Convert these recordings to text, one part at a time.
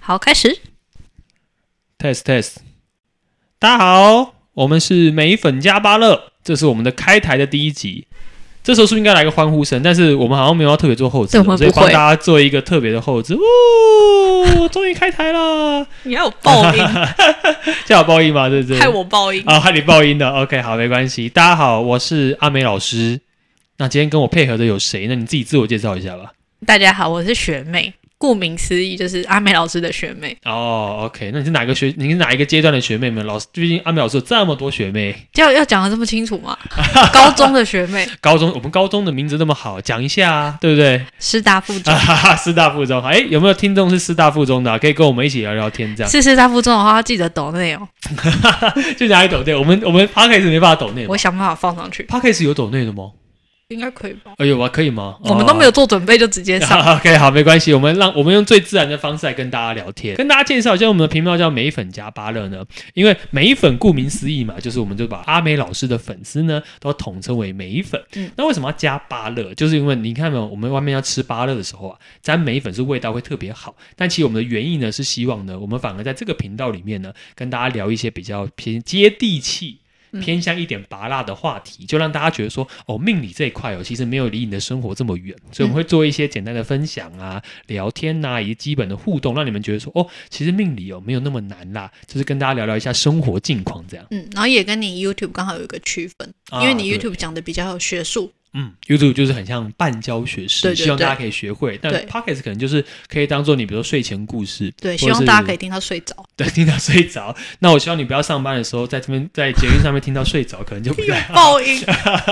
好，开始。 test test，大家好，我们是美粉加巴乐，这是我们的开台的第一集。这时候是不是应该来个欢呼声？但是我们好像没有要特别做后置对我们的，不所以帮会大家做一个特别的后置。呜，终于开台了！ 你要有爆 音，这有报应吗？对不对？害我爆音。啊、害你爆音了。OK，好，没关系。大家好，我是阿美老师。那今天跟我配合的有谁呢？你自己自我介绍一下吧。大家好，我是学妹，顾名思义就是阿美老师的学妹。哦，OK，那你是哪个学？你是哪一个阶段的学妹们？老师，最近阿美老师有这么多学妹。要要讲的这么清楚 吗？高中的学妹，高中我们高中的名字那么好，讲一下啊，对不 对？师大附中啊。哈哈，师大附中，哎，有没有听众是师大附中的啊、可以跟我们一起聊聊天， 这样是师大附中的话，记得抖内哦。就哪里抖内？我们我们 p a c k a s 没办法抖内我想办法放上去， p a c k a s 有抖内的吗？应该可以吧？哎呦，我可以吗？我们都没有。有做准备就直接上。 OK，好，没关系，我们让我们用最自然的方式来跟大家聊天，跟大家介绍一下我们的频道叫美粉加芭乐呢，因为美粉顾名思义嘛，就是我们就把阿美老师的粉丝呢都统称为美粉。嗯那为什么要加芭乐？就是因为你看没有，我们外面要吃芭乐的时候啊，沾美粉是味道会特别好，但其实我们的原意呢是希望呢，我们反而在这个频道里面呢，跟大家聊一些比较偏接地嗯气。偏向一点拔辣的话题，就让大家觉得说，哦，命理这一块哦，其实没有离你的生活这么远，所以我们会做一些简单的分享啊、聊天呐、以及基本的互动，让你们觉得说，哦，其实命理哦没有那么难啦，就是跟大家聊聊一下生活近况这样。嗯，然后也跟你 YouTube 刚好有一个区分，因为啊你对 YouTube 讲的比较有学术，嗯，YouTube 就是很像半教学式，对对对希望大家可以学会。但对 Pocket 可能就是可以当做你，比如说睡前故事， 对，或希望是大家可以听到睡 着。对听到睡着。那我希望你不要上班的时候，在这边在捷运上面听到睡着，可能就 不有太好，爆音，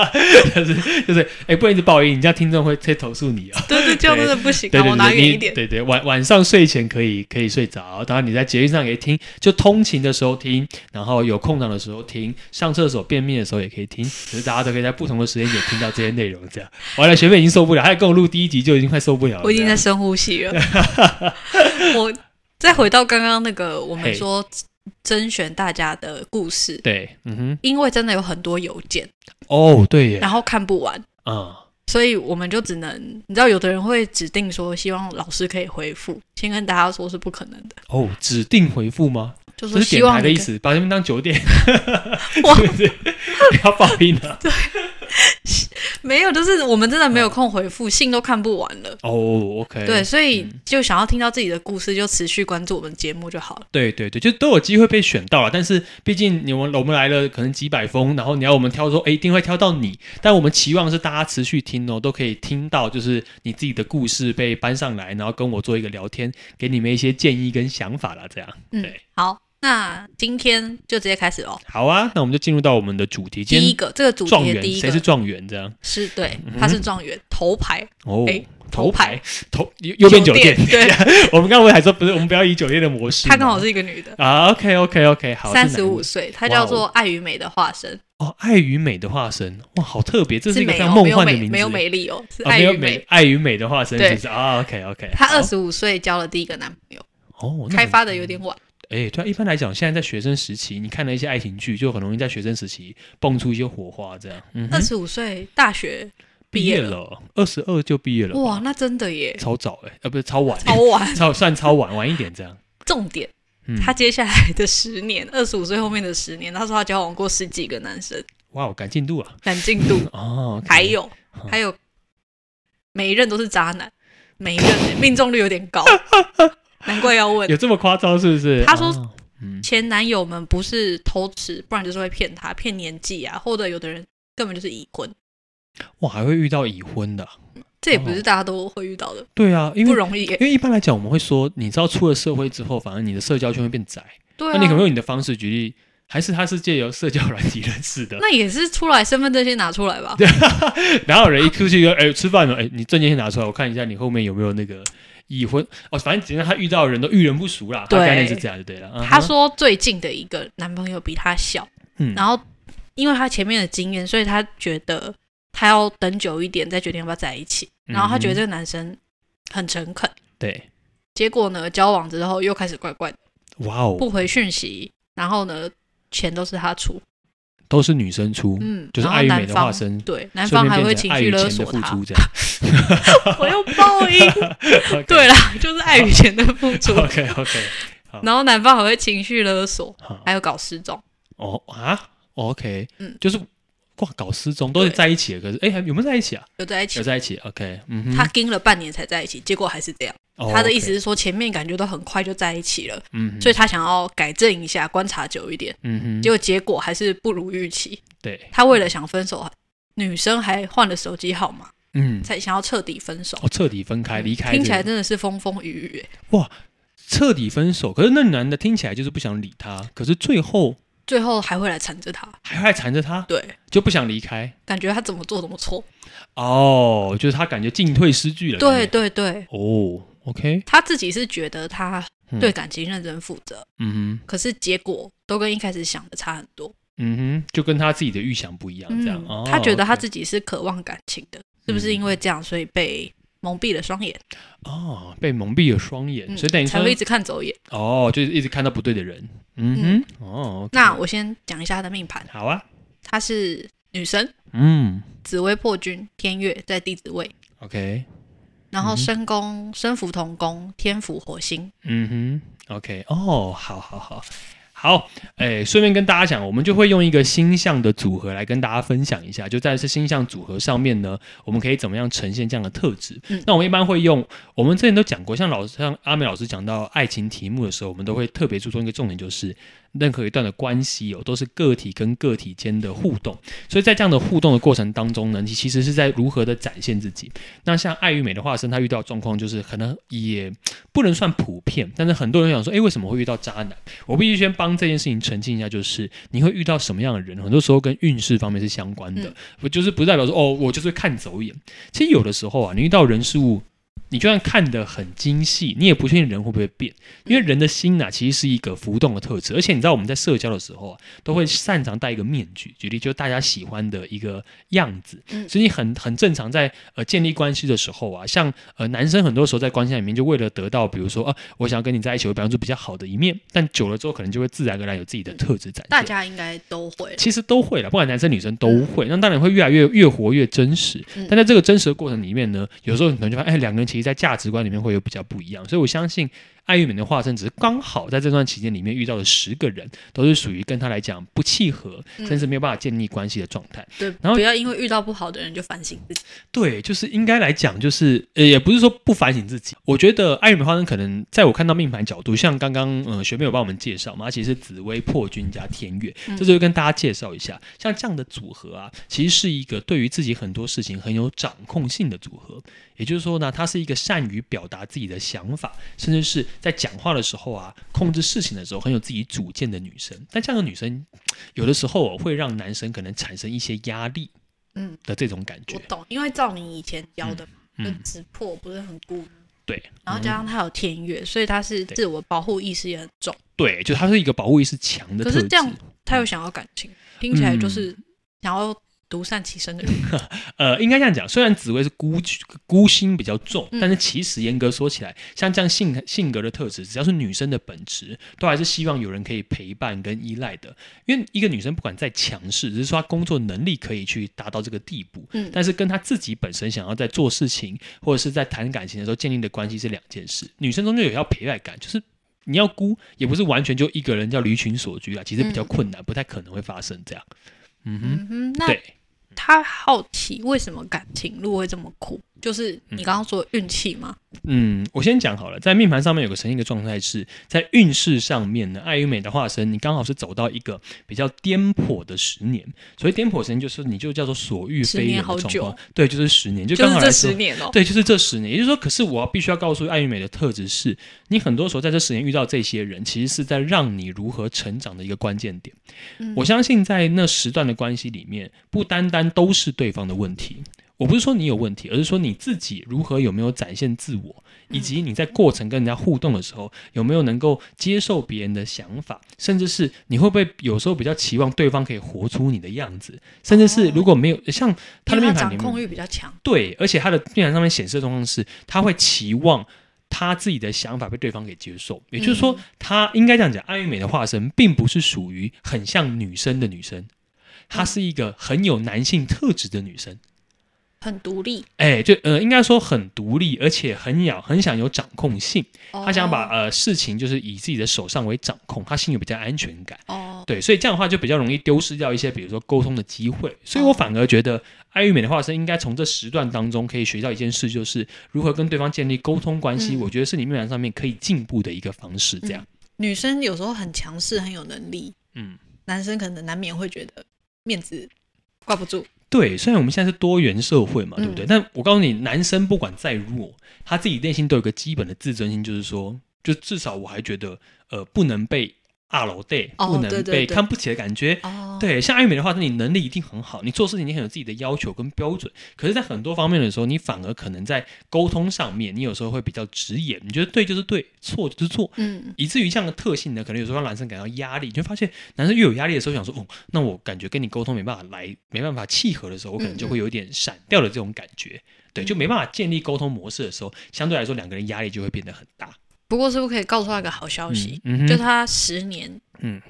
就是就是哎、不能一直爆音，你这样听众会会投诉你哦。对对，这样真的不行对啊！对我拿对，远你一点。对对，晚晚上睡前可以可以睡着，当然你在捷运上也可以听，就通勤的时候听，然后有空档的时候听，上厕所便秘的时候也可以听，只是大家都可以在不同的时间点听到这些内容。这样， 完了，学妹已经受不了，她跟我录第一集就已经快受不了了。我已经在哦这样深呼吸 了。我再回到刚刚那个，我们嘿说甄选大家的故事，对，嗯哼，因为真的有很多邮件，哦，对耶，然后看不完，嗯，所以我们就只能，你知道，有的人会指定说希望老师可以回复，先跟大家说是不可能的，哦，指定回复吗？就这说是希点望台的你意可以思，把他们当酒 店，哇是不 是？不要报应啊了。没有，就是我们真的没有空回复，信都看不完了。哦，OK，对，所以就想要听到自己的故事，就持续关注我们节目就好了。对对对，就都有机会被选到了，但是毕竟你们我们来了可能几百封，然后你要我们挑说，哎，一定会挑到你，但我们期望是大家持续听哦，都可以听到，就是你自己的故事被搬上来，然后跟我做一个聊天，给你们一些建议跟想法啦，这样。嗯对，好，那今天就直接开始哦。好啊，那我们就进入到我们的主题，今第一天个，这个主状题的元第一谁个是状元这样？是对嗯，他是状元，头牌哦哎，头头牌牌头右右边 酒店，对，我们刚刚不 是还说不是，我们不要以酒店的模式吗，他刚好是一个女的，啊，OK OK OK，好，是三男十五的岁，她哇哦叫做爱与美的化身，哦，爱与美的化身，哇，好特别，哦这是一个没非有常梦没有幻的美名字，没有美丽哦，是啊，爱没有与美，。爱与美的化身对是不是啊？OK OK，她二十五岁交了第一个男朋友，哦，那开很发的有点晚，哎，对啊，一般来讲，现在在学生时期，你看了一些爱情剧，就很容易在学生时期蹦出一些火花，这样。嗯哼，二十五岁大学毕毕业业了，二十二就毕业了，哇，那真的耶，超早哎，呃，不是超晚， 超晚。 超算超晚，晚一点这样。重点，嗯，她接下来的十年，二十五岁后面的十年，她说她交往过十几个男生，哇，哦，赶进度啊！赶进度，哦，还有好还有，每一任都是渣男，每一任、欸、命中率有点 高，难怪要问。有这么夸张是不是？他说哦，嗯，前男友们不是偷吃，不然就是会骗他，骗年纪啊，或者有的人根本就是已婚，哇，还会遇到已婚的啊，这也不是大家都会遇到的，对啊，因不为容易、欸。因为一般来讲，我们会说，你知道出了社会之后，反而你的社交圈会变窄。对那你可不啊，可以用你的方式举例？还是他是借由社交软体认识的？ 那也是出来身份证先拿出来吧。啊哪有人一出去就哎、吃饭了？哎、你证件先拿出来，我看一下你后面有没有那个已婚哦。反正只要他遇到的人都遇人不淑啦，他对概念是这样就对了。嗯哼她说最近的一个男朋友比她小，嗯然后因为她前面的经验，所以她觉得她要等久一点再决定要不要在一起。然后她觉得这个男生很诚恳，嗯对，结果呢交往之后又开始怪怪的。哇哦，不回讯息，然后呢，钱都是他出，都是女生出，嗯，就是然后爱与男美的方化身对，男顺方还便会变成情爱绪与勒钱的索付他出，这 样。我又报应。 对啦，就是爱与钱的付 出。 ，OK OK，然后男方还会情绪勒索，好，还有搞失踪。哦啊，OK，嗯就是哇，搞失踪都是对在一起的，可是哎，还有没有在一起啊？有在一有起，在一起，OK，嗯他哼，盯了半年才在一起，结果还是这样。哦他的意思 OK，是说，前面感觉都很快就在一起了，嗯哼，所以他想要改正一下，观察久一点。嗯哼，结果结果还是不如预期。对，他为了想分手，女生还换了手机号码，嗯，才想要彻底分手。哦，彻底分开，离开嗯这个，听起来真的是风风雨雨。欸彻底分手，可是那男的听起来就是不想理他，可是最后最后还会来缠着他，还还缠着他，对，就不想离开。感觉他怎么做怎么错。哦，就是他感觉进退失据了。对感觉，对对，哦，OK，他自己是觉得他嗯对，感情认真负责，嗯哼，可是结果都跟一开始想的差很多。嗯哼，就跟他自己的预想不一样，嗯，这样。哦他觉得他 OK 自己是渴望感情的，是不是嗯因为这样，所以被蒙蔽了双眼，哦被蒙蔽了双眼，嗯所以等于才说会一直看走眼。哦，就是一直看到不对的人。嗯哼，哦，OK，那我先讲一下他的命盘，好啊，她是女生，嗯紫薇破军，天月在地紫位， ，OK，然后嗯申宫、申福同宫，天府火星。嗯哼，OK，哦，好好好。好，哎，顺便跟大家讲，我们就会用一个星象的组合来跟大家分享一下，就在这星象组合上面呢，我们可以怎么样呈现这样的特质。嗯那我们一般会用，我们之前都讲过，像老师像阿美老师讲到爱情题目的时候，我们都会特别注重一个重点，就是任何一段的关系哦，都是个体跟个体间的互动。所以在这样的互动的过程当中呢，你其实是在如何的展现自己。那像爱与美的化身，他遇到的状况就是可能也不能算普遍，但是很多人想说，诶，为什么会遇到渣男？我必须先帮这件事情澄清一下，就是你会遇到什么样的人，很多时候跟运势方面是相关的，嗯不就是不代表说哦，我就是会看走眼。其实有的时候啊，你遇到人事物。你就算看得很精细，你也不确定人会不会变，因为人的心呐、其实是一个浮动的特质，而且你知道我们在社交的时候啊，都会擅长戴一个面具，举例就是大家喜欢的一个样子，嗯所以你很很正常在呃建立关系的时候啊，像呃男生很多时候在关系里面就为了得到，比如说啊、我想要跟你在一起，我表现出比较好的一面，但久了之后可能就会自然而然有自己的特质展大现。家应该都会了，其实都会了，不管男生女生都会。那当然会越来越越活越真实嗯。但在这个真实的过程里面呢，有时候你可能就发现，哎，两个人其实在价值观里面会有比较不一样。所以我相信爱玉美的化身只是刚好在这段期间里面遇到的十个人，都是属于跟他来讲不契合，嗯甚至没有办法建立关系的状态。对，然后不要因为遇到不好的人就反省自己。对，就是应该来讲，就是呃，也不是说不反省自己。我觉得爱与美花生可能在我看到命盘角度，像刚刚呃学妹有帮我们介绍嘛，它其实是紫薇破军加天月，嗯这就跟大家介绍一下，像这样的组合啊，其实是一个对于自己很多事情很有掌控性的组合。也就是说呢，他是一个善于表达自己的想法，甚至是在讲话的时候啊，控制事情的时候很有自己主见的女生。但这样的女生，有的时候、哦、会让男生可能产生一些压力嗯，的这种感觉我。懂，因为照你以前教的，就嗯，直破不是很顾虑，对。然后嗯加上他有天月，所以他是对自我保护意识也很重。对，就他是一个保护意识强的可特质。是这样，他有想要感情，听起来就是想要独善其身的人。呃，应该这样讲，虽然紫薇是孤孤心比较重，嗯但是其实严格说起来，像这样性性格的特质，只要是女生的本质，都还是希望有人可以陪伴跟依赖的。因为一个女生不管再强势，只是说她工作能力可以去达到这个地步，嗯但是跟她自己本身想要在做事情或者是在谈感情的时候建立的关系是两件事。女生终究有要陪伴感，就是。你要估也不是完全就一个人叫离群索居啊，其实比较嗯困难，不太可能会发生这样。嗯哼，嗯哼，那对，他好奇为什么感情路会这么苦？就是你刚刚说运气嘛，嗯，我先讲好了，在命盘上面有个呈现一个状态是，在运势上面呢，爱与美的化身，你刚好是走到一个比较颠簸的十年。所谓颠簸十年，就是你就叫做所遇十非年人好的状久况，对，就是十年，就就刚是好这来说十，年哦。对，就是这十年。也就是说，可是我要必须要告诉爱与美的特质是，你很多时候在这十年遇到这些人，其实是在让你如何成长的一个关键点。嗯我相信在那时段的关系里面，不单单都是对方的问题。我不是说你有问题，而是说你自己如何有没有展现自我，以嗯及你在过程跟人家互动的时候，有没有能够接受别人的想法，甚至是你会不会有时候比较期望对方可以活出你的样子，甚至是如果没有像他哦因的为命他盘里掌面控，欲比较强，对，而且他的命盘上面显示的状况是，他会期望他自己的想法被对方给接受，也就是说，他应该这样讲，爱玉美的化身并不是属于很像女生的女生。她是一个很有男性特质的女生。很独立，哎，就呃，应该说很独立，而且很想很想有掌控性。她想把哦呃事情就是以自己的手上为掌控，她心里有比较安全感。哦，对，所以这样的话就比较容易丢失掉一些，比如说沟通的机会。所以哦我反而觉得爱与美的化身应该从这时段当中可以学到一件事，就是如何跟对方建立沟通关系。嗯我觉得是你面谈上面可以进步的一个方式。这样，女生有时候很强势，很有能力，嗯，男生可能难免会觉得面子挂不住，对。虽然我们现在是多元社会嘛，对不对？嗯但我告诉你，男生不管再弱，他自己内心都有个基本的自尊心，就是说，就至少我还觉得，呃，不能被二楼对，哦不能对对被对看不起的感觉。哦，对，像艾美的话，那你能力一定很好，你做事情你很有自己的要求跟标准。可是，在很多方面的时候，你反而可能在沟通上面，你有时候会比较直言，你觉得对就是对，错就是错，嗯，以至于这样的特性呢，可能有时候让男生感到压力。你就发现，男生越有压力的时候，想说，哦，那我感觉跟你沟通没办法来，没办法契合的时候，我可能就会有一点闪掉的这种感觉。对，就没办法建立沟通模式的时候，相对来说两个人压力就会变得很大。不过是不是可以告诉他一个好消息？嗯，嗯哼就她十年，嗯，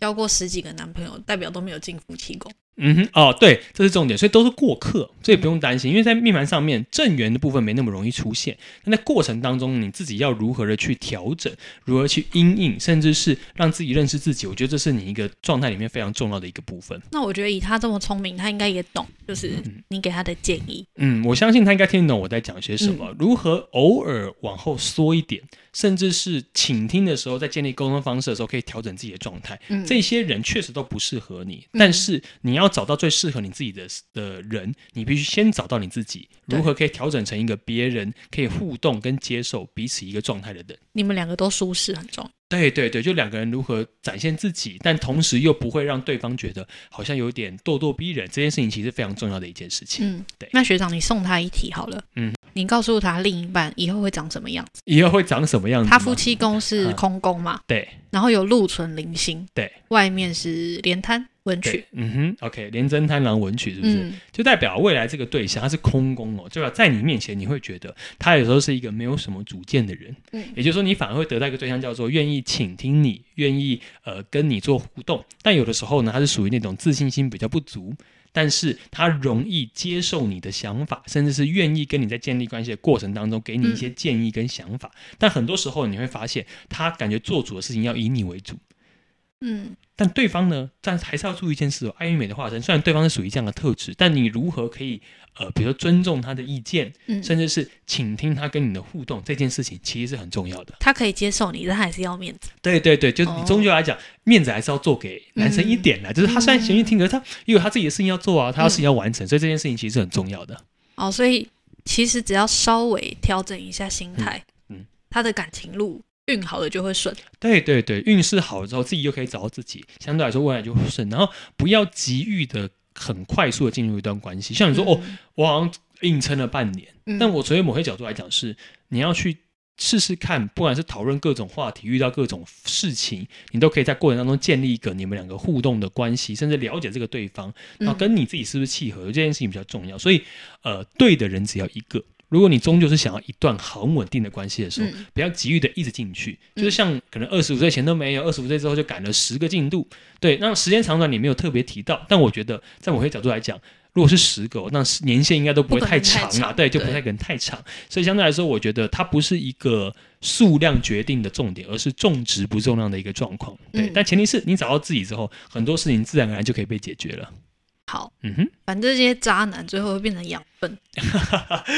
交过十几个男朋友，代表都没有进夫妻宫。嗯哼，哦，对，这是重点，所以都是过客，所以不用担心，因为在命盘上面正缘的部分没那么容易出现。那在过程当中，你自己要如何的去调整，如何去因应，甚至是让自己认识自己，我觉得这是你一个状态里面非常重要的一个部分。那我觉得以她这么聪明，她应该也懂，就是你给她的建议。嗯，我相信他应该听得懂我在讲些什么，如何偶尔往后缩一点，甚至是倾听的时候，在建立沟通方式的时候，可以调整自己的状态。嗯，这些人确实都不适合你，嗯但是你要找到最适合你自己的的人，你必须先找到你自己，对如何可以调整成一个别人可以互动跟接受彼此一个状态的人。你们两个都舒适很重要。对对对，就两个人如何展现自己，但同时又不会让对方觉得好像有点咄咄逼人，这件事情其实非常重要的一件事情。嗯，对那学长，你送她一题好了。嗯，你告诉她另一半以后会长什么样子。以后会长什么样子吗？她夫妻宫是嗯空宫嘛，对然后有禄存零星，对，外面是连滩文曲，对，嗯哼，OK，连贞贪狼文曲是不是？嗯，就代表未来这个对象他是空宫哦，就代表在你面前你会觉得他有时候是一个没有什么主见的人，嗯也就是说你反而会得到一个对象叫做愿意倾听你，愿意呃跟你做互动，但有的时候呢，他是属于那种自信心比较不足。但是他容易接受你的想法，甚至是愿意跟你在建立关系的过程当中给你一些建议跟想法。但很多时候你会发现，他感觉做主的事情要以你为主，嗯，但对方呢，但还是要注意一件事哦，爱与美的化身，虽然对方是属于这样的特质，但你如何可以呃，比如说尊重他的意见，嗯甚至是倾听他跟你的互动，这件事情其实是很重要的。他可以接受你，但还是要面子。对对对，就是哦你终究来讲，面子还是要做给男生一点啦。就是他虽然情绪听，可是他也有他自己的事情要做啊，他要事情要完成，所以这件事情其实是很重要的。哦，所以其实只要稍微调整一下心态，嗯嗯他的感情路运好了就会顺。对对对，运势好了之后，自己又可以找到自己，相对来说未来就会顺。然后不要急于的很快速的进入一段关系，像你说、哦，我好像硬撑了半年。嗯，但我从某些角度来讲是，你要去试试看，不管是讨论各种话题，遇到各种事情，你都可以在过程当中建立一个你们两个互动的关系，甚至了解这个对方，然后嗯、跟你自己是不是契合，这件事情比较重要。所以，呃，对的人只要一个。如果你终究是想要一段很稳定的关系的时候，嗯不要急于的一直进去，嗯就是像可能二十五岁前都没有，二十五岁之后就赶了十个进度，对，那时间长短你没有特别提到，但我觉得在某些角度来讲，如果是十个，那是年限应该都不会不可能长太啊，长对，就不对太可能太长，所以相对来说，我觉得它不是一个数量决定的重点，而是重质不重量的一个状况，对，嗯但前提是你找到自己之后，很多事情自然而然就可以被解决了，好，嗯哼。反正这些渣男最后会变成养 分。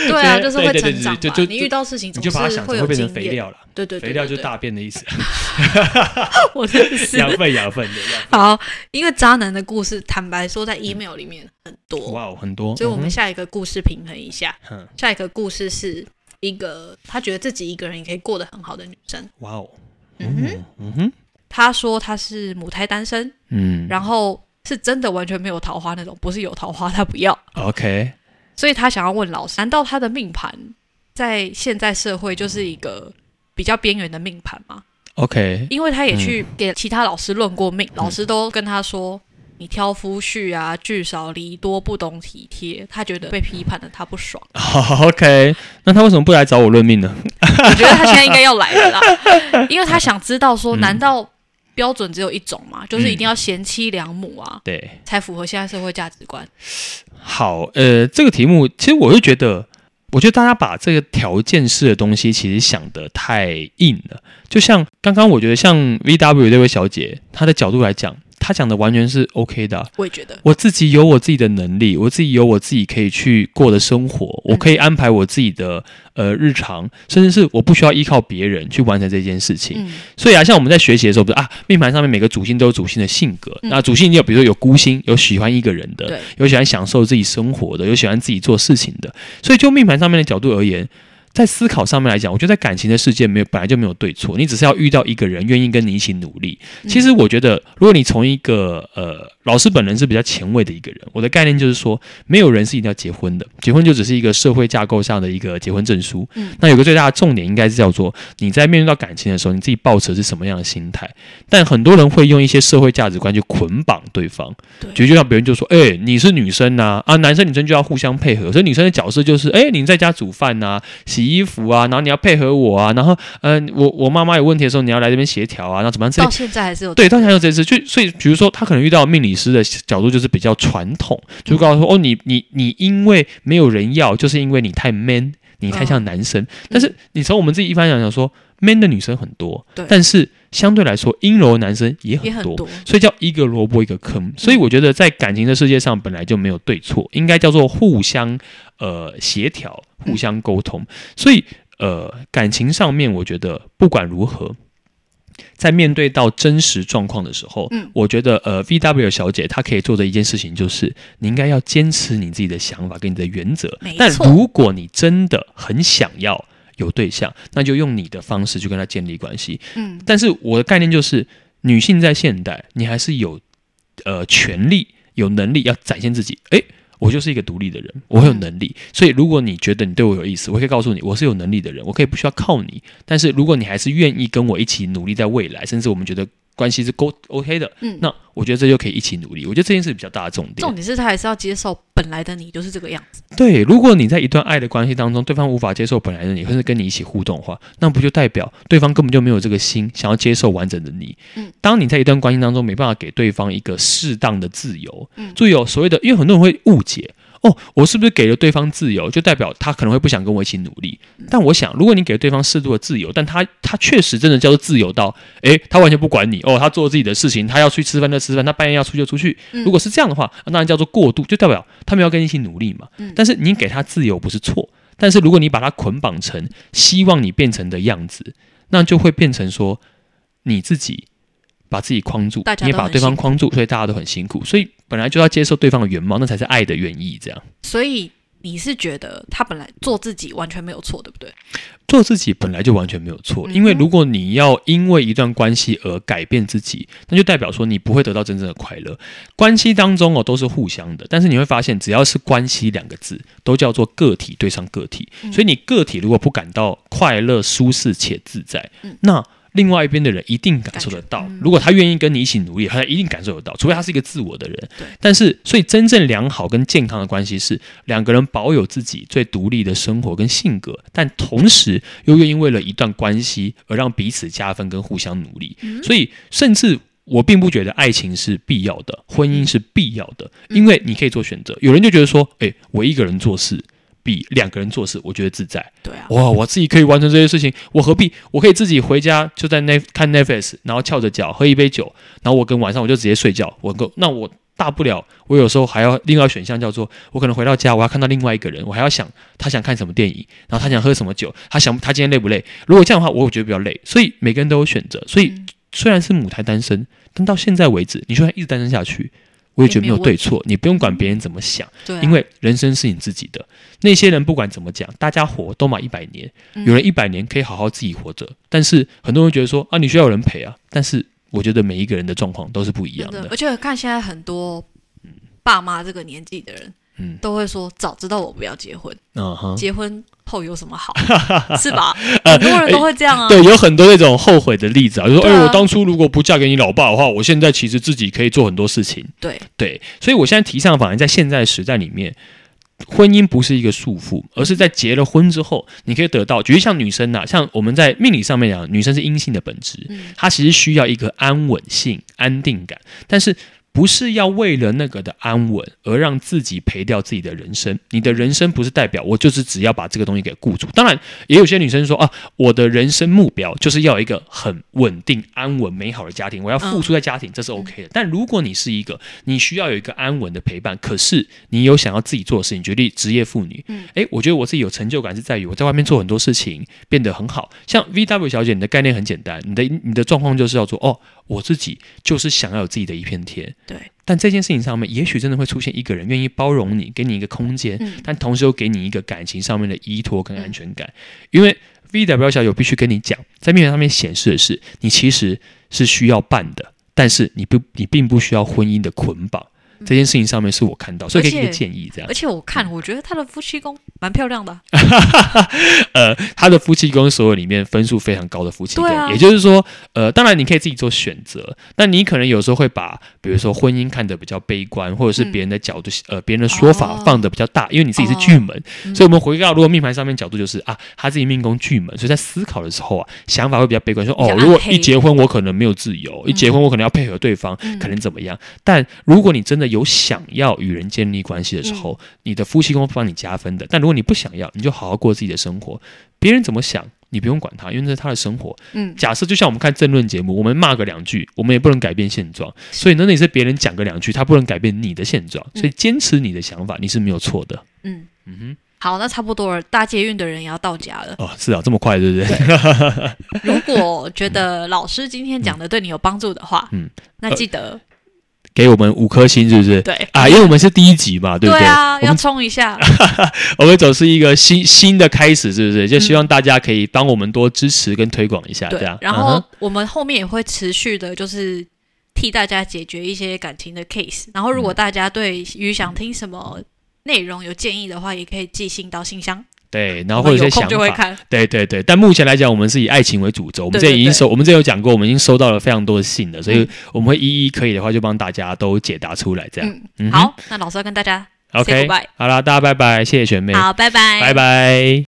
对啊，就是会对对成长对吧就。就你遇到事情你总就是把它想成有会变成经肥验。料了，对对，对肥料就是。对大便的意思，对 我真的是养分养分的养好，因为渣男的故事，坦白说，在嗯 email 里面很分，多，哇，很多，所以我们嗯下一个故事平衡一下。哼嗯下一个故事是一个她觉得自己一个人也可以过得很好的女生。哇哦，嗯哼，嗯哼，她说她是母胎单身，嗯然后是真的完全没有桃花那种，不是有桃花她不要， ，OK，所以她想要问老师，难道她的命盘在现在社会就是一个比较边缘的命盘吗？ OK，因为她也去给其他老师论过嗯命，老师都跟她说。你挑夫婿啊，聚少离多，不懂体贴，她觉得被批判了，她不爽。好，OK，那他为什么不来找我论命呢？ 我觉得他现在应该要来了啦，因为他想知道说，嗯难道标准只有一种嘛，就是一定要贤妻良母啊，对，才符合现在社会价值观。好，呃，这个题目其实我是觉得，我觉得大家把这个条件式的东西其实想得太硬了。就像刚刚，我觉得像 V W 这位小姐，她的角度来讲，她讲的完全是 O、k 的啊、我也觉得，我自己有我自己的能力，我自己有我自己可以去过的生活，嗯我可以安排我自己的呃日常，甚至是我不需要依靠别人去完成这件事情。嗯，所以啊，像我们在学习的时候，不是啊，命盘上面每个主星都有主星的性格。嗯那主星你有，比如说有孤星，有喜欢一个人的对，有喜欢享受自己生活的，有喜欢自己做事情的。所以就命盘上面的角度而言，在思考上面来讲，我觉得在感情的世界没有本来就没有对错，你只是要遇到一个人愿意跟你一起努力。嗯其实我觉得，如果你从一个呃老师本人是比较前卫的一个人，我的概念就是说，没有人是一定要结婚的，结婚就只是一个社会架构上的一个结婚证书。嗯那有个最大的重点应该是叫做你在面对到感情的时候，你自己抱持是什么样的心态？但很多人会用一些社会价值观去捆绑对方，嗯对就就让别人就说：“哎、你是女生呐、啊，男生女生就要互相配合。”所以女生的角色就是：“哎、你在家煮饭呐、洗衣服啊，然后你要配合我啊，然后嗯、呃我我妈妈有问题的时候，你要来这边协调啊，然后怎么样之类到现在还是有对，当然有这次，就所以比如说他可能遇到命理师的角度就是比较传统，就告诉说哦，你你你因为没有人要，就是因为你太 man，你太嗯像男生。但是你从我们自己一般讲讲说，man 的女生很多对，但是相对来说阴柔的男生也也很很多。多，所以叫一个萝卜一个坑，所以我觉得在感情的世界上本来就没有对错，应该叫做互相呃协调、嗯互相沟通。所以呃，感情上面我觉得不管如何，在面对到真实状况的时候，嗯我觉得呃，V W 小姐她可以做的一件事情就是，你应该要坚持你自己的想法跟你的原则没。但错如果你真的很想要有对象，那就用你的方式去跟他建立关系。嗯，但是我的概念就是，女性在现代，你还是有呃权利、有能力要展现自己。诶，我就是一个独立的人，我有能力。所以，如果你觉得你对我有意思，我可以告诉你，我是有能力的人，我可以不需要靠你。但是，如果你还是愿意跟我一起努力，在未来，甚至我们觉得关系是够 OK 的，嗯那我觉得这就可以一起努力。我觉得这件事比较大的重点。重点是他还是要接受本来的你就是这个样子，对，如果你在一段爱的关系当中，对方无法接受本来的你，或是跟你一起互动的话，那不就代表对方根本就没有这个心想要接受完整的你？嗯，当你在一段关系当中没办法给对方一个适当的自由，嗯注意哦，所谓的，因为很多人会误解。哦，我是不是给了对方自由，就代表他可能会不想跟我一起努力？但我想，如果你给对方适度的自由，但他他确实真的叫做自由到，诶，他完全不管你哦，他做自己的事情，他要去吃饭就吃饭，他半夜要出去就出去。嗯如果是这样的话，那当然叫做过度，就代表他们要跟你一起努力嘛。嗯但是你给他自由不是错，但是如果你把他捆绑成希望你变成的样子，那就会变成说你自己把自己框住大，家你都也把很对辛方苦框住，所以大家都很辛苦，所以本来就要接受对方的原貌，那才是爱的原意。这样所以你是觉得他本来做自己完全没有错，对不对？做自己本来就完全没有错，因嗯为哼如果你要因为一段关系而改变自己，那就代表说你不会得到真正的快乐。关系当中哦都是互相的，但是你会发现，只要是关系两个字，都叫做个体对上个体。嗯所以你个体如果不感到快乐、舒适且自在，嗯那另外一边的人一定感受得到。感觉嗯如果他愿意跟你一起努力，他一定感受得到，除非他是一个自我的人对。但是，所以真正良好跟健康的关系是两个人保有自己最独立的生活跟性格，但同时又愿意为了一段关系而让彼此加分跟互相努力。嗯所以，甚至我并不觉得爱情是必要的，婚姻是必要的，嗯因为你可以做选择。有人就觉得说，诶，我一个人做事比两个人做事，我觉得自在。对啊，哇，我自己可以完成这些事情，我何必？我可以自己回家就在那看 Netflix，然后翘着脚喝一杯酒，然后我跟晚上我就直接睡觉。我够，那我大不了我有时候还要另外选项叫做，我可能回到家我要看到另外一个人，我还要想他想看什么电影，然后他想喝什么酒，他想他今天累不累？如果这样的话，我觉得比较累。所以每个人都有选择，所以嗯虽然是母胎单身，但到现在为止，你就算一直单身下去，我也觉得没有对错，你不用管别人怎么想，对啊，因为人生是你自己的。那些人不管怎么讲，大家活都满一百年，嗯有人一百年可以好好自己活着，但是很多人觉得说啊，你需要有人陪啊，但是我觉得每一个人的状况都是不一样真的，的。而且看现在很多爸妈这个年纪的人嗯，都会说，早知道我不要结婚，嗯哼。结婚后有什么 好，是吧？很多人都会这样啊。呃对，有很多那种后悔的例子啊，就说，哎、对啊我当初如果不嫁给你老爸的话，我现在其实自己可以做很多事情。对对，所以我现在提倡，反而在现在的时代里面，婚姻不是一个束缚，而是在结了婚之后，你可以得到，举例像女生呐、像我们在命理上面讲，女生是阴性的本质，嗯她其实需要一个安稳性、安定感，但是不是要为了那个的安稳而让自己赔掉自己的人生？你的人生不是代表我就是只要把这个东西给顾住。当然，也有些女生说啊，我的人生目标就是要有一个很稳定、安稳、美好的家庭，我要付出在家庭，这是 OK 的。但如果你是一个你需要有一个安稳的陪伴，可是你有想要自己做的事情，举例职业妇女，嗯诶，我觉得我自己有成就感是在于我在外面做很多事情变得很好。像 VW 小姐，你的概念很简单，你的你的状况就是要做哦，我自己就是想要有自己的一片天。对，但这件事情上面，也许真的会出现一个人愿意包容你，给你一个空间，嗯但同时又给你一个感情上面的依托跟安全感。嗯因为 VW 小姐我必须跟你讲，在面子上面显示的是，你其实是需要伴的，但是你不你并不需要婚姻的捆绑。这件事情上面是我看到，所以给你一而个且建议，这样而。且我嗯看，我觉得他的夫妻宫蛮漂亮的啊， 呃，他的夫妻宫所有里面分数非常高的夫妻宫，对啊也就是说，呃，当然你可以自己做选择，那你可能有时候会把，比如说婚姻看得比较悲观，或者是嗯别人的角度，呃，别人的说法哦嗯放得比较大，因为你自己是巨门，所以我们回到如果命盘上面角度就是啊，他自己命宫巨门，所以在思考的时候啊，想法会比较悲观，说比哦较，嗯暗如果一黑结婚我可能没有自由，一结婚我可能要配合对方，嗯可能怎么样？但如果你真的有想要与人建立关系的时嗯候，你的夫妻宫帮你加分的。但如果你不想要，你就好好过自己的生活，别人怎么想。你不用管他，因为那是他的生活。嗯，假设就像我们看政论节目，我们骂个两句，我们也不能改变现状。所以呢，那也是别人讲个两句，他不能改变你的现状。所以坚持你的想法，你是没有错的。嗯，嗯好，那差不多了，大捷运的人也要到家了。哼，哦，是啊，这么快，对不对？ 如果觉得老师今天讲的对你有帮助的话，嗯嗯，那记得给我们五颗星，是不是？对啊，因为我们是第一集嘛，对不对？啊，我要们冲一 下，我们总是一个新新的开始，是嗯不是？就希望大家可以帮我们多支持跟推广一下，这对样。。然嗯后哼我们后面也会持续的，就是替大家解决一些感情的 case。然后嗯如果大家对于想听什么内容有建议的话，也可以寄信到信箱，对，然我们后或者有一些空想就会法，看。对对对。但目前来讲，我们是以爱情为主轴。我们之对前对已经对收，我们之前有讲过，我们已经收到了非常多的信了，所以嗯我们会一一可以的话，就帮大家都解答出来，这样。嗯，嗯哼好，那老师要跟大家 OK， say goodbye 好啦，大家拜拜，谢谢学妹，好，拜拜，拜。拜。